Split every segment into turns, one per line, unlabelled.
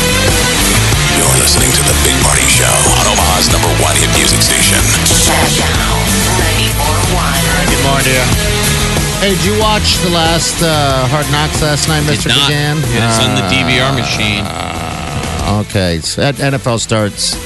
You're listening to The Big Party Show on Omaha's number one hit music station.
Good morning, dear. Hey, did you watch the last uh, Hard Knocks last night, Mr.
Did not.
McGann?
Yeah, it's on the DVR machine.
Okay, so that NFL starts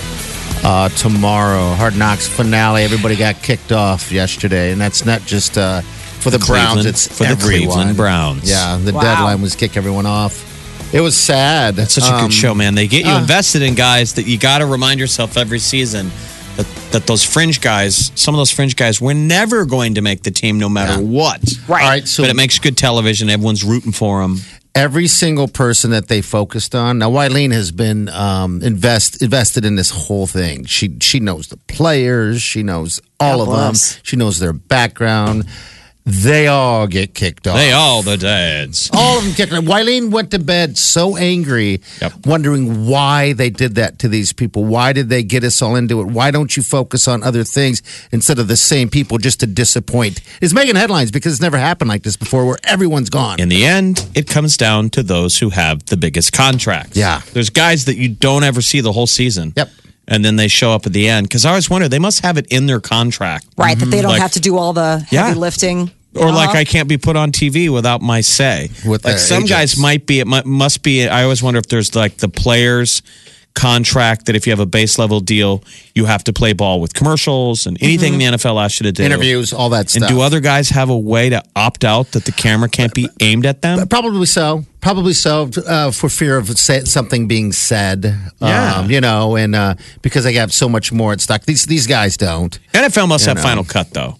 uh, tomorrow. Hard Knocks finale. Everybody got kicked off yesterday, and that's not just uh, for the Browns.
Cleveland-
It's
for the
everyone.
Cleveland Browns.
Yeah, the
Wow.
deadline was kick everyone off. It was sad.
That's such a
Um,
good show, man. They get you
uh,
invested in guys that you got to remind yourself every season that, that those fringe guys, some of those fringe guys, were never going to make the team no matter what.
All right, so
but it makes good television. Everyone's rooting for them.
every single person that they focused on. Now, Wileen has been um, invest invested in this whole thing. She she knows the players. She knows all of
God bless.
them. She knows their background. They all get kicked off.
They all the dads.
All of them kicked off. Wileen went to bed so angry,
Yep.
wondering why they did that to these people. Why did they get us all into it? Why don't you focus on other things instead of the same people just to disappoint? It's making headlines because it's never happened like this before where everyone's gone.
In the end, it comes down to those who have the biggest contracts.
Yeah.
There's guys that you don't ever see the whole season.
Yep.
And then they show up at the end. Because I always wonder, they must have it in their contract.
Right, that they don't
Like-
have to do all the heavy
Yeah.
lifting. Uh-huh.
or like I can't be put on TV without my say.
With
like
their
some
agents.
guys might be, it mu- must be. I always wonder if there's like the players contract that if you have a base level deal, you have to play ball with commercials and anything
Mm-hmm.
the NFL asks you to do.
Interviews, all that
And
stuff.
do other guys have a way to opt out that the camera can't be aimed at them?
Probably so. Probably so, uh, for fear of sa- something being said.
Yeah.
Um, you know, and uh, because they have so much more at stock. These these guys don't.
NFL must have
know.
Final Cut though.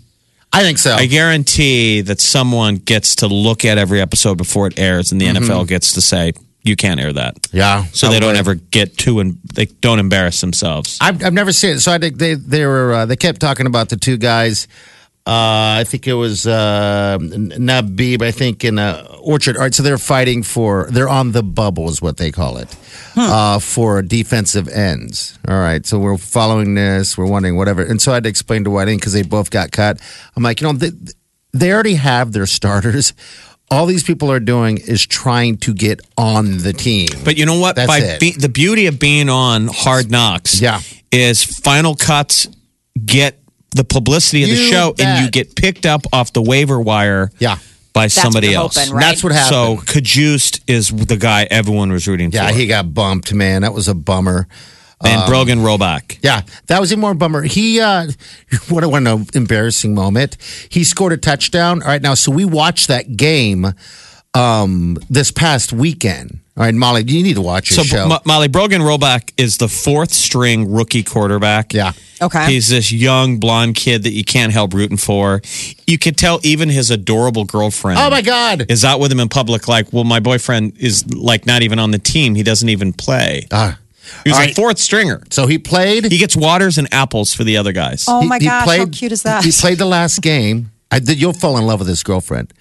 I think so.
I guarantee that someone gets to look at every episode before it airs, and the
Mm-hmm.
NFL gets to say you can't air that.
yeah.
So they don't
probably.
ever get too and they don't embarrass themselves.
I've, I've never seen it. So I think they they were uh, they kept talking about the two guys. Uh, I think it was uh, Nabib. I think in uh, Orchard. All right, so they're fighting for they're on the bubble is what they call it uh, for defensive ends. All right, so we're following this. We're wondering whatever. And so I had to explain to Whiting because they both got cut. I'm like, you know, they, they already have their starters. All these people are doing is trying to get on the team.
But you know what?
That's
By
it.
Be- the beauty of being on Hard Knocks,
Yeah.
is final cuts get the publicity of the
You
show, and you
bet.
get picked up off the waiver wire,
Yeah.
by
what
somebody
you're
else.
hoping, right?
That's what happened.
So Kajust is the guy everyone was rooting
yeah,
for.
he um, got bumped, man. That was a bummer.
and Brogan Roback.
Yeah, that was even more bummer. He, uh, what a what an embarrassing moment. He scored a touchdown. All right, now so we watched that game um, this past weekend. All right, Molly, you need to watch your
So
show.
Mo- Molly Brogan Roback is the fourth string rookie quarterback.
yeah,
Okay.
He's this young blonde kid that you can't help rooting for. You could tell even his adorable girlfriend.
Oh, my God.
Is out with him in public. Like, well, my boyfriend is like not even on the team. He doesn't even play.
Ah.
He was
all
a
right.
fourth stringer.
so he played.
He gets waters and apples for the other guys.
oh
He-
my
he
gosh, how
played-
cute is that?
He played the last game. I, did- you'll fall in love with his girlfriend,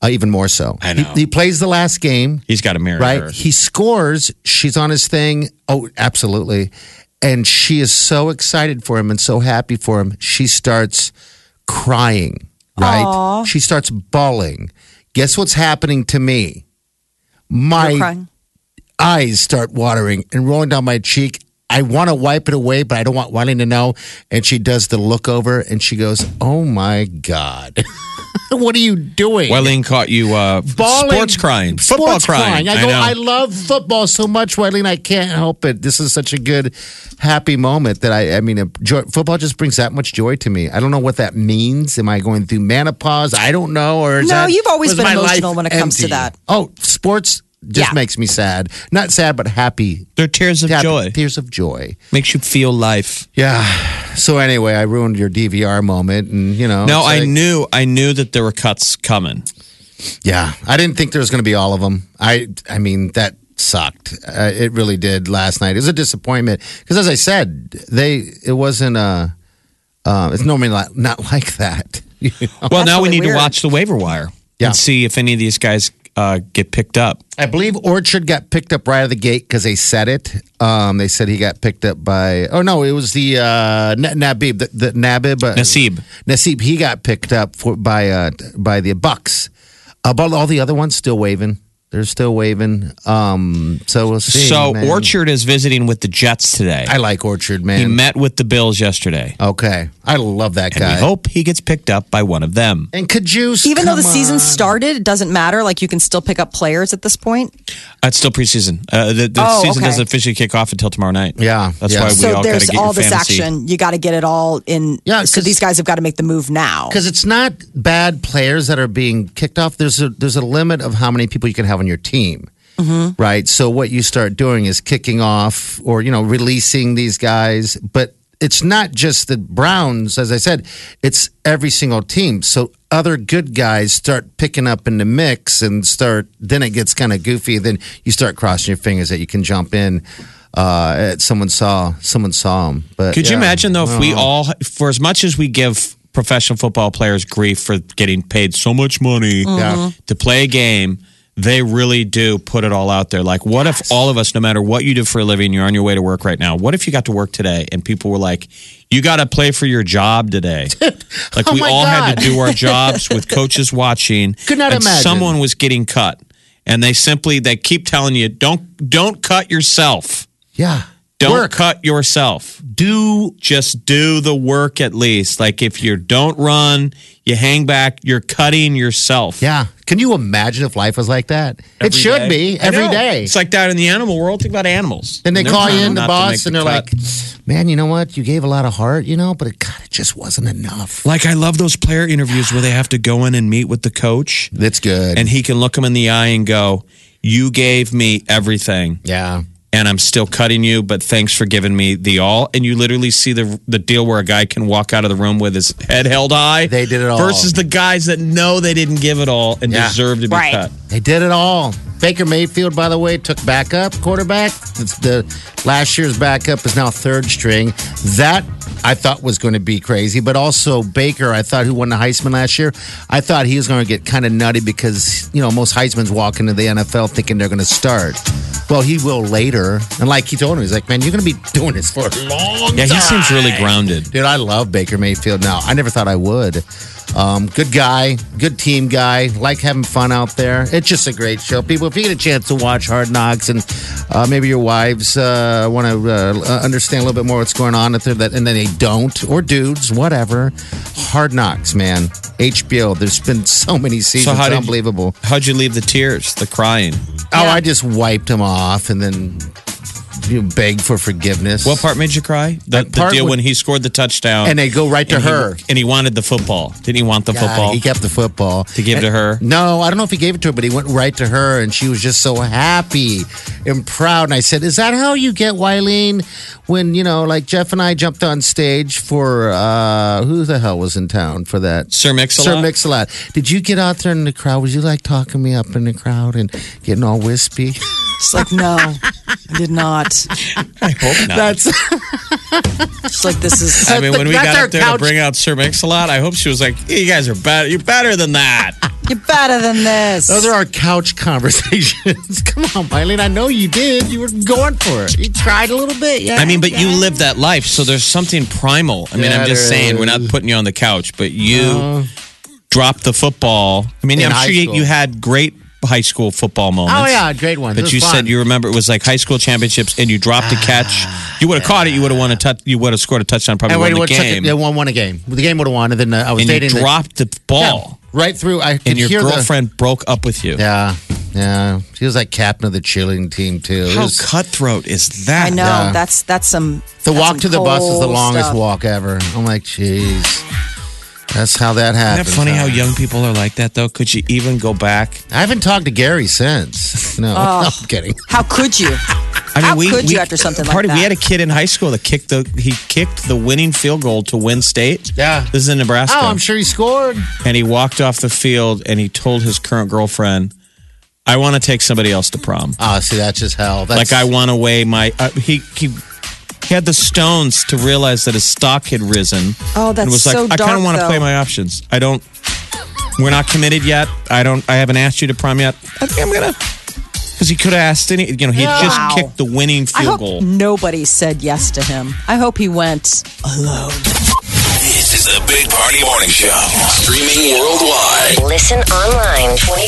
uh, even more so.
I know.
He, he plays the last game.
He's got to marry
right?
her.
He scores. She's on his thing. Oh, absolutely. And she is so excited for him and so happy for him. She starts crying, right? She starts bawling. Guess what's happening to me?
You're
My
crying.
eyes start watering and rolling down my cheek. I want to wipe it away, but I don't want Wiley to know. And she does the look over and she goes, Oh my God. what are you doing?
Wileen caught you uh,
Balling-
sports crying, football
sports
crying.
I go, I,
know.
love football so much, Wileen. I can't help it. This is such a good, happy moment that I, I mean, a joy, football just brings that much joy to me. I don't know what that means. Am I going through menopause? I don't know. Or is
No,
that-
you've always
was
been
my life
emotional when it comes to
empty?
that.
Oh, sports just
Yeah.
makes me sad. Not sad, but happy.
They're tears of
Happy-
joy.
Tears of joy.
Makes you feel life.
Yeah. So anyway, I ruined your DVR moment, and you know.
No,
Oh, it's
I
like-
knew. I knew that there were cuts coming.
Yeah, I didn't think there was going to be all of them. I, I mean, that sucked. Uh, it really did last night. It was a disappointment because, as I said, they it wasn't uh uh, it's normally not, not like that. You know?
Well, now we
really
need to
weird.
watch the waiver wire
Yeah.
and see if any of these guys uh, get picked up.
I believe Orchard got picked up right out of the gate because they said it. Um, they said he got picked up by. Oh no, it was the uh, Na- Nabib, the, the Nabib uh,
Nassib.
Nassib. He got picked up for, by uh, by the Bucks. Uh, but all the other ones still waving. They're still waving. Um, so we'll see.
so
man.
Orchard is visiting with the Jets today.
I like Orchard,
he
man.
met with the Bills yesterday.
okay, I love that
And
guy.
we hope he gets picked up by one of them.
and Kajus,
Even though the
come
season
on.
started, it doesn't matter. Like you can still pick up players at this point.
Uh, it's still preseason. Uh, the the
Oh,
season
okay.
doesn't officially kick off until tomorrow night.
Yeah,
That's
yeah.
why we
so
all got to
there's
get
all
your
this
fantasy.
action. You got to get it all in.
Yeah,
So
'cause-
these guys have got to make the move now.
because it's not bad players that are being kicked off. There's a there's a limit of how many people you can have on your team, right? So what you start doing is kicking off or you know releasing these guys, but it's not just the Browns, as I said, it's every single team. So other good guys start picking up in the mix and start. Then it gets kind of goofy. Then you start crossing your fingers that you can jump in. Uh, at- someone saw someone saw him, but
Could you
yeah.
imagine though if we all, for as much as we give professional football players grief for getting paid so much money
Mm-hmm. Yeah.
to play a game, they really do put it all out there. Like, what if all of us, no matter what you do for a living, you're on your way to work right now? What if you got to work today and people were like, "You got to play for your job today"? like
Oh
we
my
all had
God.
to do our jobs with coaches watching.
Could not
and
imagine.
someone was getting cut, and they simply they keep telling you, "Don't don't cut yourself."
Yeah,
Don't
Work.
cut yourself. Do just do the work at least. Like if you don't run, you hang back, you're cutting yourself.
Yeah. Can you imagine if life was like that? it
every
should
day.
be
I
every
know.
day.
It's like that in the animal world. Think about animals.
Then they
And they're
call you
trying
in the
not to make
boss and
the
they're
cut.
like, man, you know what? You gave a lot of heart, you know, but it, God, it just wasn't enough.
like I love those player interviews where they have to go in and meet with the coach,
That's good.
and he can look him in the eye and go, "You gave me everything."
yeah.
and I'm still cutting you, but thanks for giving me the all. And you literally see the the deal where a guy can walk out of the room with his head held high.
They did it all.
Versus the guys that know they didn't give it all and
Yeah.
deserve to be
Right.
cut.
They did it all. Baker Mayfield, by the way, took backup quarterback. It's The last year's backup is now third string. That I thought was going to be crazy, but also Baker, I thought who won the Heisman last year, I thought he was going to get kind of nutty because you know most Heisman's walk into the NFL thinking they're going to start. Well, he will later, and like he told him, he's like, "Man, you're going to be doing this for a long
Yeah,
time."
he seems really grounded.
Dude, I love Baker Mayfield now. I never thought I would. Um, good guy, good team guy. Like having fun out there. It's just a great show. People, if you get a chance to watch Hard Knocks and uh, maybe your wives uh, want to uh, understand a little bit more what's going on, if they're that, and then they don't, or dudes, whatever. Hard Knocks, man. HBO. There's been so many seasons.
how did you-
unbelievable.
How'd you leave the tears, the crying?
Oh, I just wiped them off and then you know, begged for forgiveness.
What part made you cry? The,
That
the
part
deal
would-
when he scored the touchdown
And they go right to
and he-
her.
and he wanted the football. Didn't he want the
Yeah,
football
He kept the football.
to give to her?
No, I don't know if he gave it to her, but he went right to her, and she was just so happy and proud. And I said, "Is that how you get Wileen when you know, like Jeff and I jumped on stage for uh who the hell was in town for that
Sir Mix-a-Lot?
Sir Mix-a-Lot. Did you get out there in the crowd? Was you like talking me up in the crowd and getting all wispy?
It's like no, I did not.
I hope not.
That's
It's like this is.
I mean, when we
that's
got
our
up there to
couch.
bring out Sir Mix-a-Lot, I hope she was like, "You guys are better. You're better than that."
You're better than this.
those are our couch conversations. Come on, Wileen. I know you did. You were going for it. You tried a little bit. Yeah.
I mean, but you live that life, so there's something primal. I mean,
Yeah,
I'm just
there
saying, we're not putting you on the couch, but you dropped the football. I mean,
In
I'm
high
sure you,
school.
you had great high school football moments.
Oh yeah, great one.
But you said you remember it was like high school championships, and you dropped
Ah,
a catch. You would have caught it. You would have won a touch. You would have scored a touchdown. Probably
And
won
wait,
the
what
game.
second? Yeah, one won a game. The game would have won, and then uh, I was
and you
dating. the-
dropped the
Yeah,
ball,
right through. I could
and your
hear the-
girlfriend broke up with you.
yeah, yeah. She was like captain of the cheerleading team too. It
How
was-
cutthroat is that?
I know.
Yeah.
That's that's some.
the
that's
walk
some
to the bus is the
cold
longest
stuff.
walk ever. I'm like, jeez. That's how that
Isn't
happened.
that funny how young people are like that though? Could you even go back?
I haven't talked to Gary since. No, I'm kidding.
How could you?
I mean,
How could you after something like
Party, We
that?
had a kid in high school that kicked the he kicked the winning field goal to win state.
Yeah.
this is in Nebraska.
Oh, I'm sure he scored.
And he walked off the field and he told his current girlfriend, "I want to take somebody else to prom.
Oh, see, that's just hell. That's,
like I want to weigh my uh, he he." He had the stones to realize that his stock had risen.
Oh, that's
and was like,
so
I kind
dark,
of want to
though.
play my options. I don't. We're not committed yet. I don't. I haven't asked you to prom yet. I think I'm gonna. Because he could have asked any. You know, he had just
Wow.
kicked the winning
I
field
hope
goal.
nobody said yes to him. I hope he went.
This is the Big Party Morning Show. Streaming worldwide.
Listen online 24-7.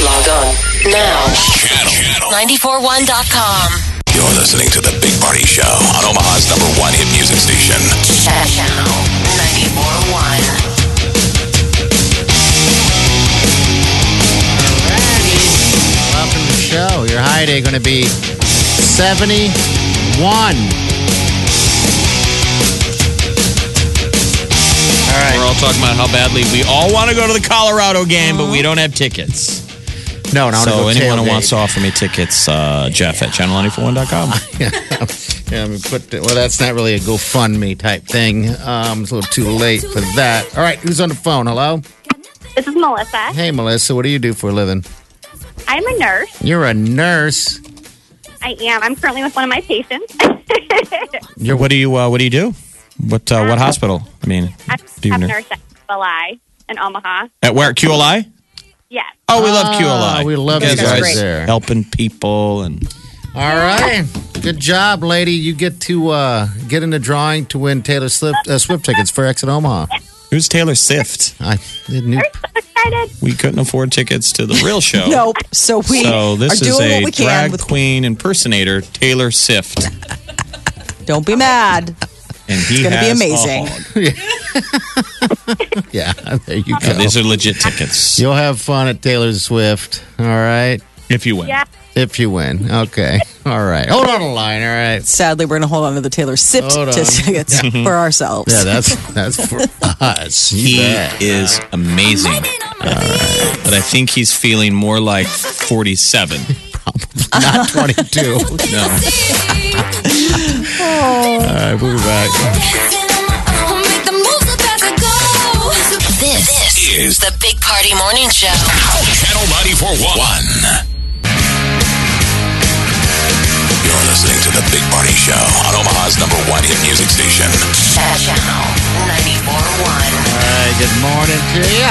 Log on now.
Channel. Channel.
941.com.
You're listening to the Big Party Show on Omaha's number one hit music station.
Channel 941.
Welcome to the show. Your high day going to be 71. All
We're
right.
all talking about how badly we all want to go to the Colorado game, but we don't have tickets.
No, no.
So
go
anyone
tailgate.
who wants to offer me tickets, uh, Jeff at channel941.com.
Yeah, I mean, put Um, well, that's not really a GoFundMe type thing. Um, it's a little too late for that. All right, who's on the phone? Hello.
This is Melissa.
Hey, Melissa, what do you do for a living?
I'm a nurse.
You're a nurse.
I am. I'm currently with one of my patients.
You're- What do you uh, What do you do? What uh,
Um,
What hospital? I mean,
I'm
do you
a
know?
nurse at QLI in Omaha.
at where? QLI?
Yes.
Oh, we love QLI.
Ah,
Oh, we love
guys
you
are
guys
always
there.
helping people and
All right, good job, lady. You get to uh, get in the drawing to win Taylor Swift, uh, Swift tickets for Exit Omaha.
who's Taylor Swift?
I the new
Excited.
We couldn't afford tickets to the real show.
Nope. So we
Oh. So this
are
is
doing
a
what we can.
drag
with,
queen impersonator, Taylor Swift, and
Don't be mad.
he
gonna be
has a
amazing.
hog.
yeah. There you
Yeah,
go.
these are legit tickets.
You'll have fun at Taylor Swift. All right,
If you win.
Yeah.
if you win. Okay. All right. Hold on a line. All right.
Sadly, we're going to hold on to the Taylor Swift
Hold on.
tickets for ourselves.
Yeah, that's that's for us. You
He
bet.
is amazing. Uh, But I think he's feeling more like 47.
not 22.
No.
All right, we'll be back.
This is the Big Party Morning Show.
Channel 941. You're listening to the Big Party Show on Omaha's number one hit music station.
Channel 941.
All right, good morning to you.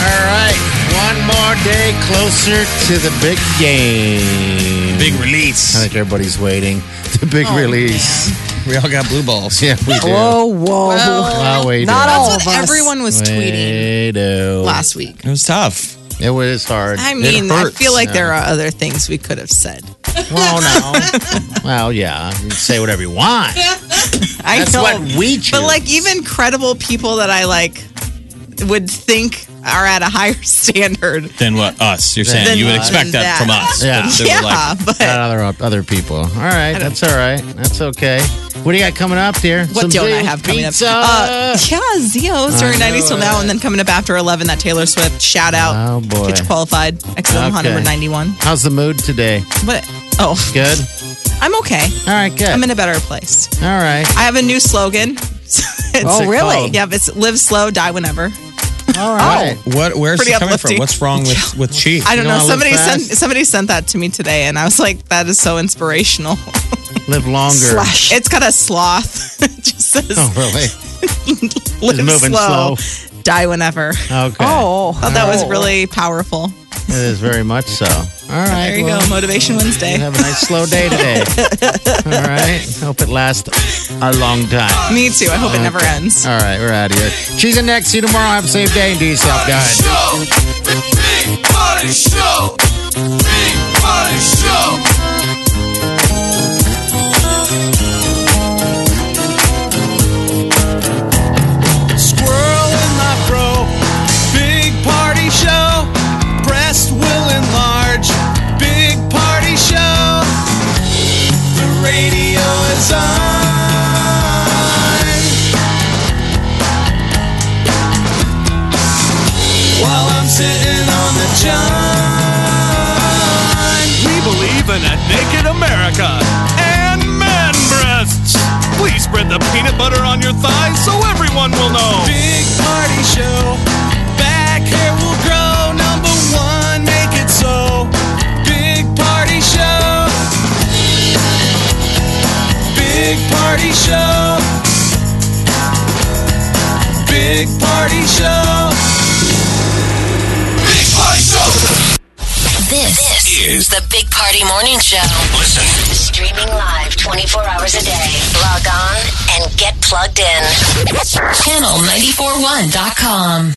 All right, one more day closer to the big game.
Big
I
release.
think everybody's waiting. The big
Oh,
release.
We all got blue balls.
Yeah, we do.
Whoa, whoa.
Wow, we
Not
do.
all
That's
of
what
us.
everyone was tweeting
We do.
last week.
It was tough.
It was hard.
I mean, I
hurts.
feel like there are other things we could have said.
well, no. well, yeah. You can say whatever you want.
I
That's
know,
what we choose.
but like even credible people that I like would think are at a higher standard.
Than what? Us. You're saying
Than
you would
us.
expect that,
That.
from us.
Yeah.
But they were
Yeah,
like,
but
Not other other people. All right, that's all right. That's okay. What do you got coming up, dear?
what
Some
don't I
big
have coming
pizza.
up? Uh, yeah, Zio's during
I know
90s till
it.
now, and then coming up after 11, that Taylor Swift shout out.
Oh, boy.
Get you qualified. Exit Omaha
Okay.
number 91.
How's the mood today?
What? Oh,
Good.
I'm okay.
All right, good.
I'm in a better place.
all right.
I have a new slogan. It's-
Oh, really?
Yep, it's live slow, die whenever.
All right.
what? Where's
Pretty
it coming from?
uplifting.
What's wrong with with Chief?
I don't
You
know.
wanna live
Somebody
fast?
sent somebody sent that to me today, and I was like, "That is so inspirational." Oh.
Live longer.
Slash.
it's got a sloth. it just says,
Oh, really?
"Live
moving
slow, die whenever."
Okay.
Oh.
Thought that was really powerful.
It is very much so. All right.
There you
well, uh,
go, Motivation Wednesday.
you Have a nice slow day today. all right. Hope it lasts a long time.
me too. I hope it never ends.
All right, we're out of here. Cheese and next. See you tomorrow. Have a safe day and do yourself good.
The Big Party Show. Big Party Show.
Squirrel in my fro. Big party show. Breast will enlarge. Big party show. The radio is on.
sitting on the john. We believe in a naked America and man breasts. Please spread the peanut butter on your thighs so everyone will know. Big party show. Back hair will grow. Number one, make it so. Big party show. Big party show. Big party show.
Big Party Show.
This, is the Big Party Morning Show.
Listen.
Streaming live 24 hours a day. Log on and get plugged in. Channel941.com.